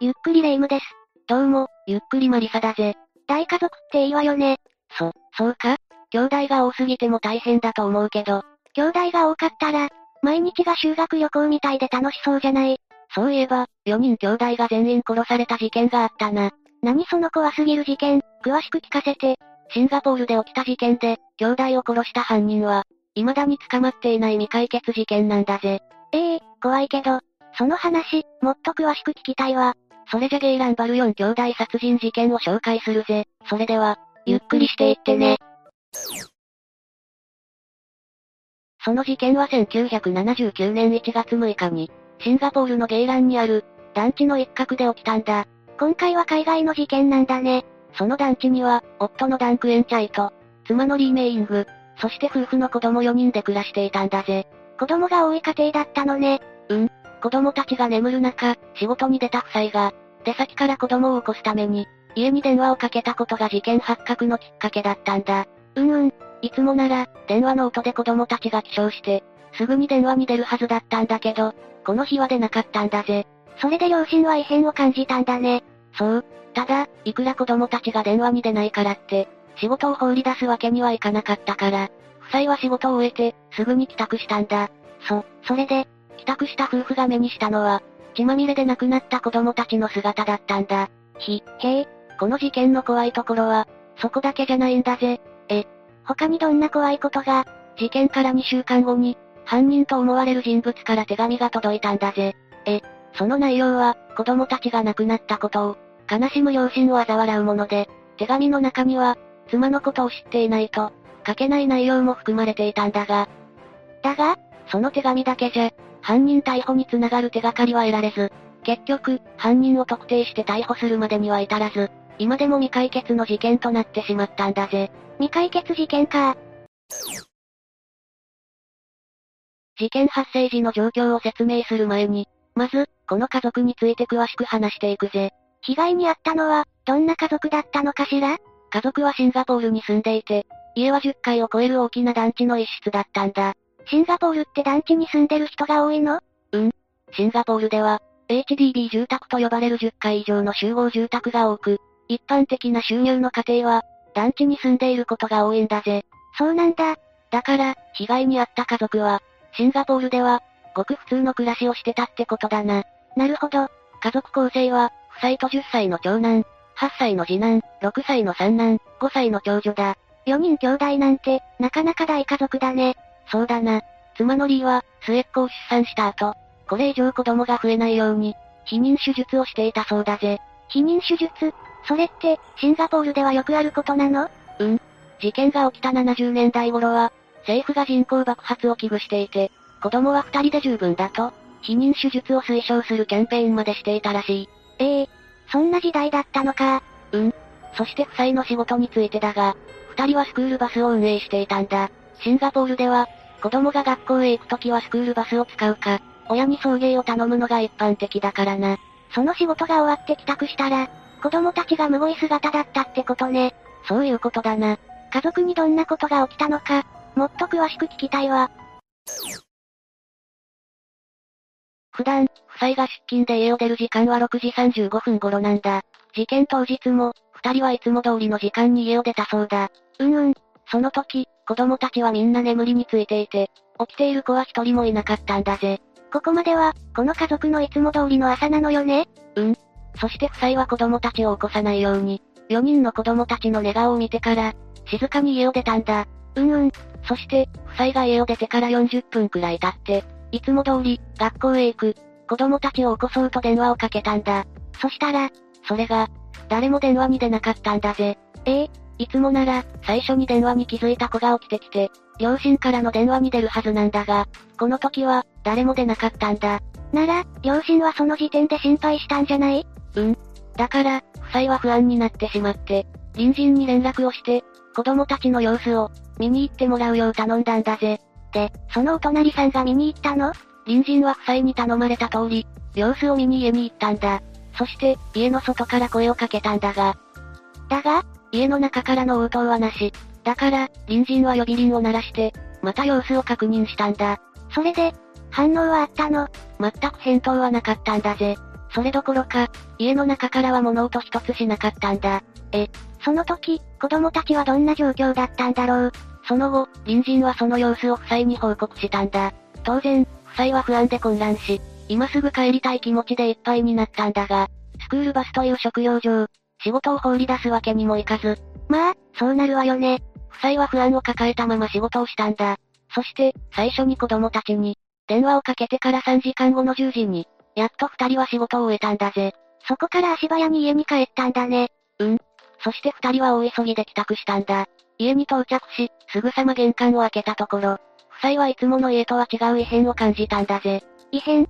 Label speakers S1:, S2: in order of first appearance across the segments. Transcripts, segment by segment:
S1: ゆっくりレ夢ムです。
S2: どうも、ゆっくりマリサだぜ。
S1: 大家族っていいわよね。
S2: そ、そうか兄弟が多すぎても大変だと思うけど、
S1: 兄弟が多かったら、毎日が修学旅行みたいで楽しそうじゃない。
S2: そういえば、4人兄弟が全員殺された事件があったな。
S1: 何その怖すぎる事件、詳しく聞かせて。
S2: シンガポールで起きた事件で、兄弟を殺した犯人は、未だに捕まっていない未解決事件なんだぜ。
S1: ええ怖いけど、その話、もっと詳しく聞きたいわ。
S2: それじゃゲイランバル4兄弟殺人事件を紹介するぜ。それでは、ゆっくりしていってね。その事件は1979年1月6日に、シンガポールのゲイランにある、団地の一角で起きたんだ。
S1: 今回は海外の事件なんだね。
S2: その団地には、夫のダンクエンチャイと、妻のリーメイング、そして夫婦の子供4人で暮らしていたんだぜ。
S1: 子供が多い家庭だったのね。
S2: 子供たちが眠る中、仕事に出た夫妻が、出先から子供を起こすために、家に電話をかけたことが事件発覚のきっかけだったんだ。
S1: うんうん、
S2: いつもなら、電話の音で子供たちが起床して、すぐに電話に出るはずだったんだけど、この日は出なかったんだぜ。
S1: それで両親は異変を感じたんだね。
S2: そう。ただ、いくら子供たちが電話に出ないからって、仕事を放り出すわけにはいかなかったから、夫妻は仕事を終えて、すぐに帰宅したんだ。
S1: そ、それで、
S2: 帰宅した夫婦が目にしたのは、血まみれで亡くなった子供たちの姿だったんだ。ひ、へえ、この事件の怖いところは、そこだけじゃないんだぜ。
S1: 他にどんな怖いことが、
S2: 事件から2週間後に、犯人と思われる人物から手紙が届いたんだぜ。え、その内容は、子供たちが亡くなったことを、悲しむ両親を嘲笑うもので、手紙の中には、妻のことを知っていないと、書けない内容も含まれていたんだが、
S1: だが、
S2: その手紙だけじゃ、犯人逮捕につながる手がかりは得られず、結局、犯人を特定して逮捕するまでには至らず、今でも未解決の事件となってしまったんだぜ。
S1: 未解決事件か。
S2: 事件発生時の状況を説明する前に、まず、この家族について詳しく話していくぜ。
S1: 被害に遭ったのは、どんな家族だったのかしら
S2: 家族はシンガポールに住んでいて、家は10階を超える大きな団地の一室だったんだ。
S1: シンガポールって団地に住んでる人が多いの
S2: シンガポールでは、HDB 住宅と呼ばれる10階以上の集合住宅が多く、一般的な収入の家庭は、団地に住んでいることが多いんだぜ。
S1: そうなんだ。
S2: だから、被害に遭った家族は、シンガポールでは、ごく普通の暮らしをしてたってことだな。
S1: なるほど。
S2: 家族構成は、夫妻と10歳の長男、8歳の次男、6歳の三男、5歳の長女だ。
S1: 4人兄弟なんて、なかなか大家族だね。
S2: そうだな。妻のリーは、末っ子を出産した後、これ以上子供が増えないように、避妊手術をしていたそうだぜ。
S1: 避妊手術、それって、シンガポールではよくあることなの
S2: 事件が起きた70年代頃は、政府が人口爆発を危惧していて、子供は二人で十分だと、避妊手術を推奨するキャンペーンまでしていたらしい。
S1: ええそんな時代だったのか。
S2: そして夫妻の仕事についてだが、二人はスクールバスを運営していたんだ。シンガポールでは、子供が学校へ行くときはスクールバスを使うか、親に送迎を頼むのが一般的だからな。
S1: その仕事が終わって帰宅したら、子供たちがむごい姿だったってことね。
S2: そういうことだな。
S1: 家族にどんなことが起きたのか、もっと詳しく聞きたいわ。
S2: 普段、夫妻が出勤で家を出る時間は6時35分頃なんだ。事件当日も、二人はいつも通りの時間に家を出たそうだ。
S1: うんうん、
S2: その時、子供たちはみんな眠りについていて、起きている子は一人もいなかったんだぜ。
S1: ここまでは、この家族のいつも通りの朝なのよね。
S2: そして夫妻は子供たちを起こさないように、4人の子供たちの寝顔を見てから、静かに家を出たんだ。
S1: うんうん、
S2: そして、夫妻が家を出てから40分くらい経って、いつも通り、学校へ行く、子供たちを起こそうと電話をかけたんだ。
S1: そしたら、
S2: それが、誰も電話に出なかったんだぜ。
S1: ええ
S2: いつもなら、最初に電話に気づいた子が起きてきて、両親からの電話に出るはずなんだが、この時は、誰も出なかったんだ。
S1: なら、両親はその時点で心配したんじゃない
S2: だから、夫妻は不安になってしまって、隣人に連絡をして、子供たちの様子を、見に行ってもらうよう頼んだんだぜ。
S1: で、そのお隣さんが見に行ったの
S2: 隣人は夫妻に頼まれた通り、様子を見に家に行ったんだ。そして、家の外から声をかけたんだが、
S1: だが、
S2: 家の中からの応答はなし。だから、隣人は呼び鈴を鳴らして、また様子を確認したんだ。
S1: それで、反応はあったの
S2: 全く返答はなかったんだぜ。それどころか、家の中からは物音一つしなかったんだ。
S1: その時、子供たちはどんな状況だったんだろう。
S2: その後、隣人はその様子を夫妻に報告したんだ。当然、夫妻は不安で混乱し、今すぐ帰りたい気持ちでいっぱいになったんだが、スクールバスという職業上、仕事を放り出すわけにもいかず、
S1: まあ、
S2: そうなるわよね。夫妻は不安を抱えたまま仕事をしたんだ。そして、最初に子供たちに、電話をかけてから3時間後の10時に、やっと二人は仕事を終えたんだぜ。
S1: そこから足早に家に帰ったんだね。
S2: そして二人は大急ぎで帰宅したんだ。家に到着し、すぐさま玄関を開けたところ、夫妻はいつもの家とは違う異変を感じたんだぜ。
S1: 異変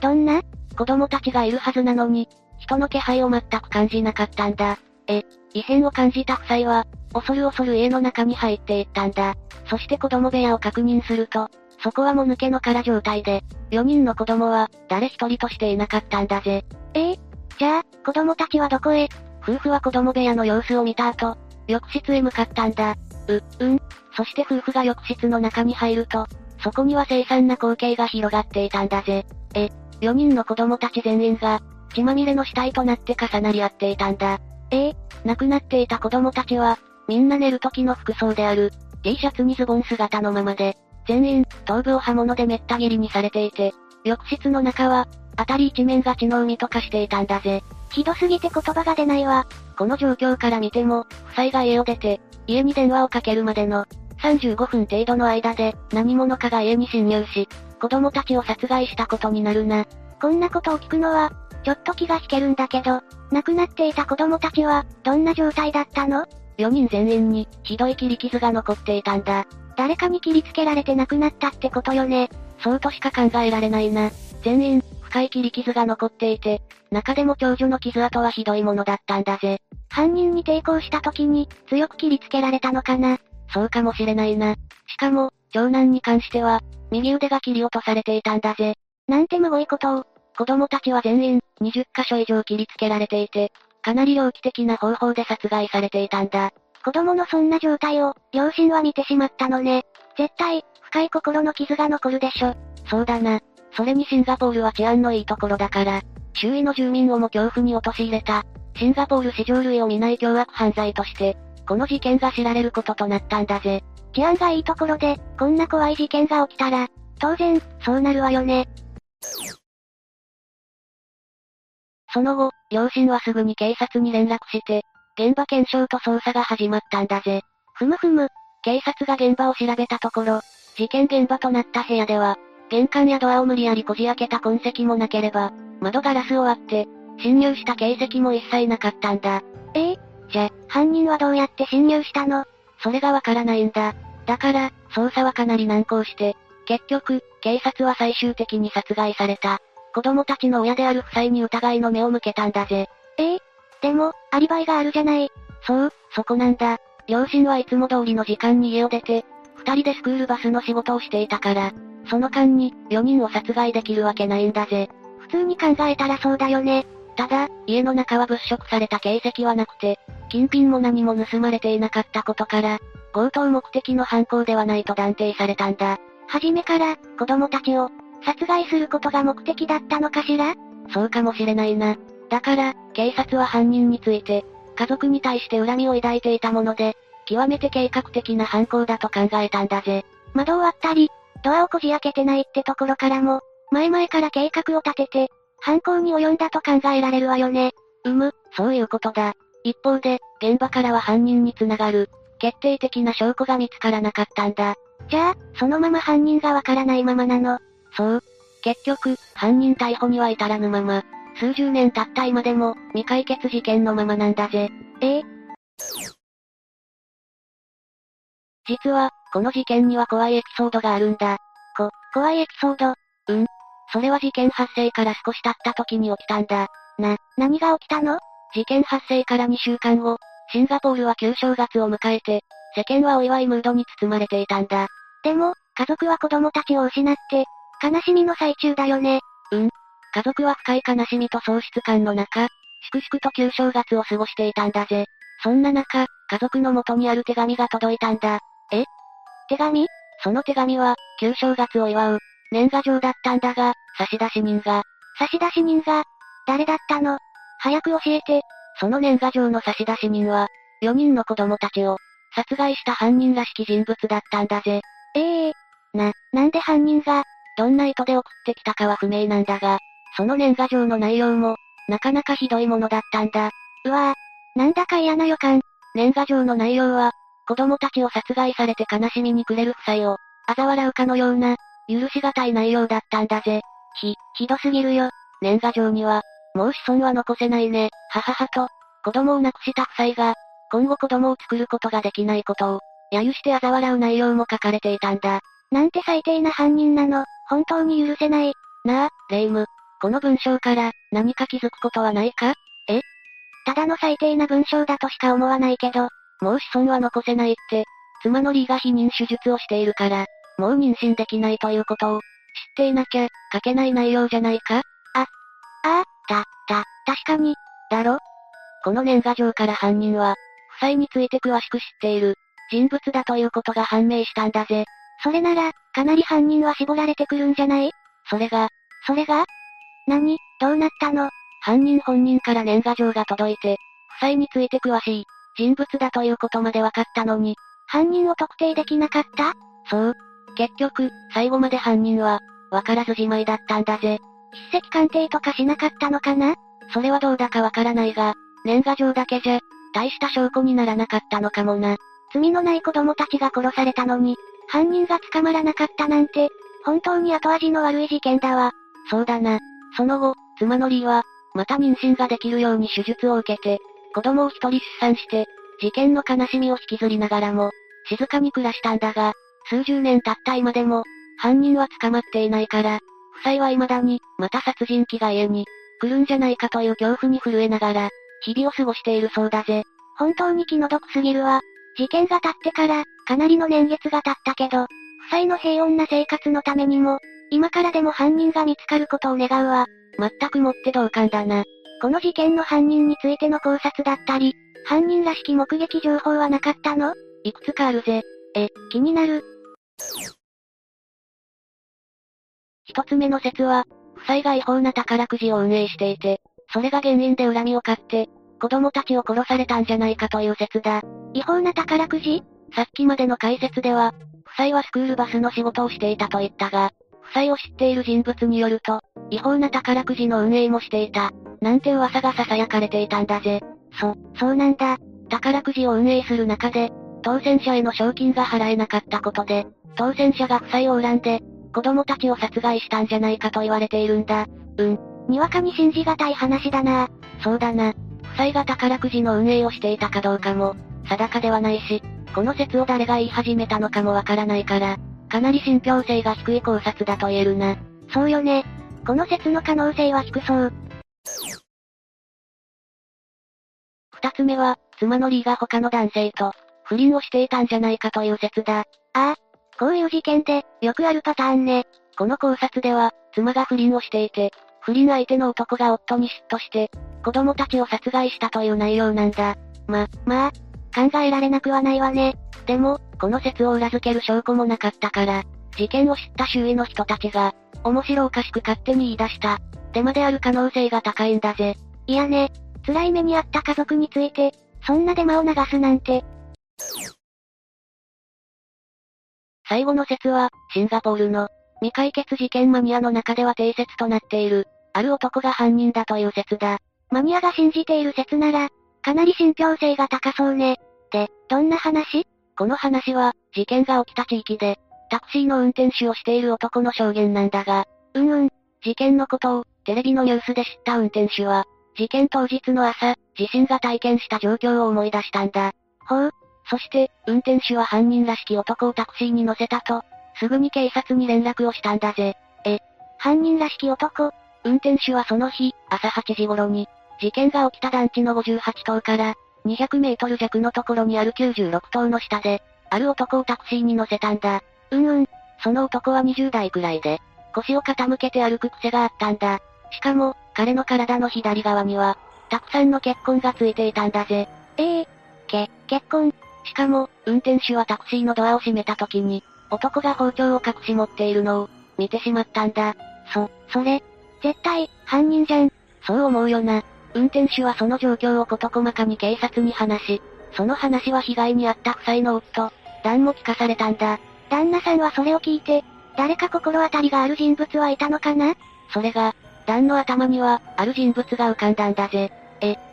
S1: どんな
S2: 子供たちがいるはずなのに、人の気配を全く感じなかったんだ。え、異変を感じた夫妻は、恐る恐る家の中に入っていったんだ。そして子供部屋を確認すると、そこはもぬけの殻状態で、4人の子供は、誰一人としていなかったんだぜ。
S1: ええじゃあ、子供たちはどこへ
S2: 夫婦は子供部屋の様子を見た後、浴室へ向かったんだ。う、うん。そして夫婦が浴室の中に入ると、そこには凄惨な光景が広がっていたんだぜ。え、4人の子供たち全員が、血まみれの死体となって重なり合っていたんだ。ええ、亡くなっていた子供たちは、みんな寝る時の服装である、T シャツにズボン姿のままで、全員、頭部を刃物でめった切りにされていて、浴室の中は、辺り一面が血の海と化していたんだぜ。
S1: ひどすぎて言葉が出ないわ。
S2: この状況から見ても、夫妻が家を出て、家に電話をかけるまでの35分程度の間で、何者かが家に侵入し、子供たちを殺害したことになるな。
S1: こんなことを聞くのは、ちょっと気が引けるんだけど、亡くなっていた子供たちは、どんな状態だったの
S2: 4人全員に、ひどい切り傷が残っていたんだ。
S1: 誰かに切りつけられて亡くなったってことよね。
S2: そうとしか考えられないな。全員、深い切り傷が残っていて、中でも長女の傷跡はひどいものだったんだぜ。
S1: 犯人に抵抗した時に、強く切りつけられたのかな。
S2: そうかもしれないな。しかも、長男に関しては、右腕が切り落とされていたんだぜ。
S1: なんてむごいことを。
S2: 子供たちは全員、20箇所以上切りつけられていて、かなり猟奇的な方法で殺害されていたんだ。
S1: 子供のそんな状態を、両親は見てしまったのね。絶対、深い心の傷が残るでしょ。
S2: そうだな。それにシンガポールは治安のいいところだから、周囲の住民をも恐怖に陥れた。シンガポール史上類を見ない凶悪犯罪として、この事件が知られることとなったんだぜ。
S1: 治安がいいところで、こんな怖い事件が起きたら、当然、そうなるわよね。
S2: その後、両親はすぐに警察に連絡して、現場検証と捜査が始まったんだぜ。
S1: ふむふむ、
S2: 警察が現場を調べたところ、事件現場となった部屋では、玄関やドアを無理やりこじ開けた痕跡もなければ、窓ガラスを割って、侵入した形跡も一切なかったんだ。
S1: ええじゃ、犯人はどうやって侵入したの
S2: それがわからないんだ。だから、捜査はかなり難航して、結局、警察は最終的に殺害された。子供たちの親である夫妻に疑いの目を向けたんだぜ。
S1: ええでも、アリバイがあるじゃない。
S2: そう、そこなんだ。両親はいつも通りの時間に家を出て、二人でスクールバスの仕事をしていたから、その間に、四人を殺害できるわけないんだぜ。
S1: 普通に考えたらそうだよね。
S2: ただ、家の中は物色された形跡はなくて、金品も何も盗まれていなかったことから、強盗目的の犯行ではないと断定されたんだ。
S1: 初めから、子供たちを、殺害することが目的だったのかしら
S2: そうかもしれないな。だから、警察は犯人について、家族に対して恨みを抱いていたもので、極めて計画的な犯行だと考えたんだぜ。
S1: 窓を割ったり、ドアをこじ開けてないってところからも、前々から計画を立てて、犯行に及んだと考えられるわよね。
S2: うむ、そういうことだ。一方で、現場からは犯人につながる、決定的な証拠が見つからなかったんだ。
S1: じゃあ、そのまま犯人がわからないままなの。
S2: そう。結局、犯人逮捕には至らぬまま、数十年経った今でも、未解決事件のままなんだぜ。
S1: ええ
S2: 実は、この事件には怖いエピソードがあるんだ。
S1: こ、怖いエピソード。
S2: それは事件発生から少し経った時に起きたんだ。
S1: 何が起きたの
S2: 事件発生から2週間後、シンガポールは旧正月を迎えて、世間はお祝いムードに包まれていたんだ。
S1: でも、家族は子供たちを失って、悲しみの最中だよね。
S2: 家族は深い悲しみと喪失感の中、粛々と旧正月を過ごしていたんだぜ。そんな中、家族の元にある手紙が届いたんだ。
S1: 手紙
S2: その手紙は、旧正月を祝う、年賀状だったんだが、差出人が、
S1: 差出人が、誰だったの早く教えて。
S2: その年賀状の差出人は、4人の子供たちを、殺害した犯人らしき人物だったんだぜ。
S1: ええな、なんで犯人が、
S2: どんな意図で送ってきたかは不明なんだが、その年賀状の内容も、なかなかひどいものだったんだ。
S1: うわぁ。なんだか嫌な予感。
S2: 年賀状の内容は、子供たちを殺害されて悲しみに暮れる夫妻を、嘲笑うかのような、許しがたい内容だったんだぜ。
S1: ひ、ひどすぎるよ。
S2: 年賀状には、もう子孫は残せないね、はははと、子供を亡くした夫妻が、今後子供を作ることができないことを、揶揄して嘲笑う内容も書かれていたんだ。
S1: なんて最低な犯人なの。本当に許せない。
S2: なあ、レイム。この文章から、何か気づくことはないかえ
S1: ただの最低な文章だとしか思わないけど、
S2: もう子孫は残せないって、妻のリーが否認手術をしているから、もう妊娠できないということを、知っていなきゃ、書けない内容じゃないか
S1: あ、ああ、た、た、確かに、
S2: だろこの年賀状から犯人は、夫妻について詳しく知っている、人物だということが判明したんだぜ。
S1: それなら、かなり犯人は絞られてくるんじゃない
S2: それが、
S1: それが何どうなったの
S2: 犯人本人から年賀状が届いて、夫妻について詳しい、人物だということまで分かったのに、
S1: 犯人を特定できなかった
S2: そう。結局、最後まで犯人は、分からずじまいだったんだぜ。
S1: 筆跡鑑定とかしなかったのかな
S2: それはどうだかわからないが、年賀状だけじゃ、大した証拠にならなかったのかもな。
S1: 罪のない子供たちが殺されたのに、犯人が捕まらなかったなんて、本当に後味の悪い事件だわ。
S2: そうだな。その後、妻のリーは、また妊娠ができるように手術を受けて、子供を一人出産して、事件の悲しみを引きずりながらも、静かに暮らしたんだが、数十年経った今でも、犯人は捕まっていないから、夫妻は未だに、また殺人鬼が家に、来るんじゃないかという恐怖に震えながら、日々を過ごしているそうだぜ。
S1: 本当に気の毒すぎるわ。事件が経ってから、かなりの年月が経ったけど、夫妻の平穏な生活のためにも、今からでも犯人が見つかることを願うわ。
S2: 全くもって同感だな。
S1: この事件の犯人についての考察だったり、犯人らしき目撃情報はなかったの
S2: いくつかあるぜ。
S1: え、気になる。
S2: 一つ目の説は、夫妻が違法な宝くじを運営していて、それが原因で恨みを買って、子供たちを殺されたんじゃないかという説だ。
S1: 違法な宝くじ
S2: さっきまでの解説では、夫妻はスクールバスの仕事をしていたと言ったが、夫妻を知っている人物によると、違法な宝くじの運営もしていた、なんて噂が囁かれていたんだぜ。
S1: そ、そうなんだ。
S2: 宝くじを運営する中で、当選者への賞金が払えなかったことで、当選者が夫妻を恨んで、子供たちを殺害したんじゃないかと言われているんだ。
S1: うん。にわかに信じがたい話だな。
S2: そうだな。夫妻が宝くじの運営をしていたかどうかも、定かではないし、この説を誰が言い始めたのかもわからないから、かなり信憑性が低い考察だと言えるな。
S1: そうよね。この説の可能性は低そう。
S2: 二つ目は、妻のリーが他の男性と、不倫をしていたんじゃないかという説だ。
S1: ああ、こういう事件で、よくあるパターンね。
S2: この考察では、妻が不倫をしていて、不倫相手の男が夫に嫉妬して、子供たちを殺害したという内容なんだ。
S1: ま、まあ、考えられなくはないわね。
S2: でも、この説を裏付ける証拠もなかったから、事件を知った周囲の人たちが、面白おかしく勝手に言い出した、デマである可能性が高いんだぜ。
S1: いやね、辛い目に遭った家族について、そんなデマを流すなんて。
S2: 最後の説は、シンガポールの、未解決事件マニアの中では定説となっている、ある男が犯人だという説だ。
S1: マニアが信じている説なら、かなり信憑性が高そうね。で、どんな話
S2: この話は、事件が起きた地域で、タクシーの運転手をしている男の証言なんだが、
S1: うんうん、
S2: 事件のことを、テレビのニュースで知った運転手は、事件当日の朝、自身が体験した状況を思い出したんだ。
S1: ほう。
S2: そして、運転手は犯人らしき男をタクシーに乗せたと、すぐに警察に連絡をしたんだぜ。
S1: え、犯人らしき男
S2: 運転手はその日、朝8時頃に、事件が起きた団地の58棟から、200メートル弱のところにある96棟の下で、ある男をタクシーに乗せたんだ。
S1: うんうん。
S2: その男は20代くらいで、腰を傾けて歩く癖があったんだ。しかも、彼の体の左側には、たくさんの血痕がついていたんだぜ。
S1: ええー、け、血痕。
S2: しかも、運転手はタクシーのドアを閉めた時に、男が包丁を隠し持っているのを、見てしまったんだ。
S1: そ、それ、絶対、犯人じゃん。
S2: そう思うよな。運転手はその状況を事細かに警察に話し、その話は被害に遭った夫妻の夫、ダンも聞かされたんだ。
S1: 旦那さんはそれを聞いて、誰か心当たりがある人物はいたのかな
S2: それが、ダンの頭には、ある人物が浮かんだんだぜ。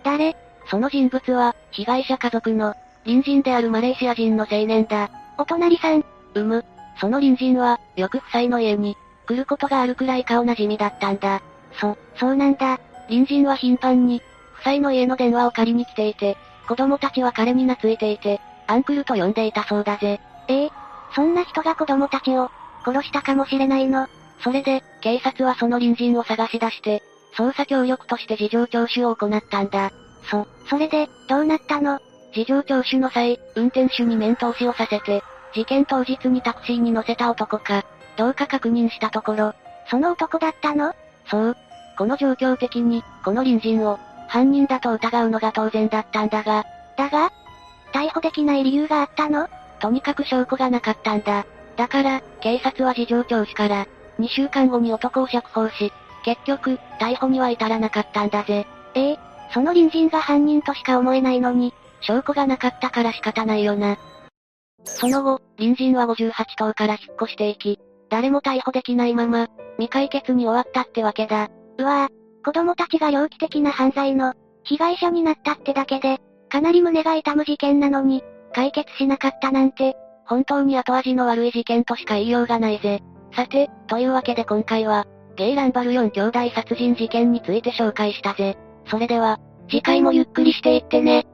S1: 誰
S2: その人物は、被害者家族の、隣人であるマレーシア人の青年だ。
S1: お隣さん、
S2: うむ。その隣人は、よく夫妻の家に、来ることがあるくらい顔なじみだったんだ。
S1: そ、そうなんだ。
S2: 隣人は頻繁に、夫妻の家の電話を借りに来ていて、子供たちは彼に懐いていて、アンクルと呼んでいたそうだぜ。
S1: ええそんな人が子供たちを、殺したかもしれないの。
S2: それで、警察はその隣人を探し出して、捜査協力として事情聴取を行ったんだ。
S1: そ、それで、どうなったの
S2: 事情聴取の際、運転手に面通しをさせて、事件当日にタクシーに乗せた男か、どうか確認したところ、
S1: その男だったの
S2: そう。この状況的に、この隣人を、犯人だと疑うのが当然だったんだが、
S1: だが逮捕できない理由があったの
S2: とにかく証拠がなかったんだ。だから、警察は事情聴取から、2週間後に男を釈放し、結局、逮捕には至らなかったんだぜ。
S1: ええその隣人が犯人としか思えないのに、
S2: 証拠がなかったから仕方ないよな。その後、隣人は58棟から引っ越していき、誰も逮捕できないまま、未解決に終わったってわけだ。
S1: うわぁ、子供たちが猟奇的な犯罪の、被害者になったってだけで、かなり胸が痛む事件なのに、解決しなかったなんて、
S2: 本当に後味の悪い事件としか言いようがないぜ。さて、というわけで今回は、ゲイランバル4兄弟殺人事件について紹介したぜ。それでは、次回もゆっくりしていってね。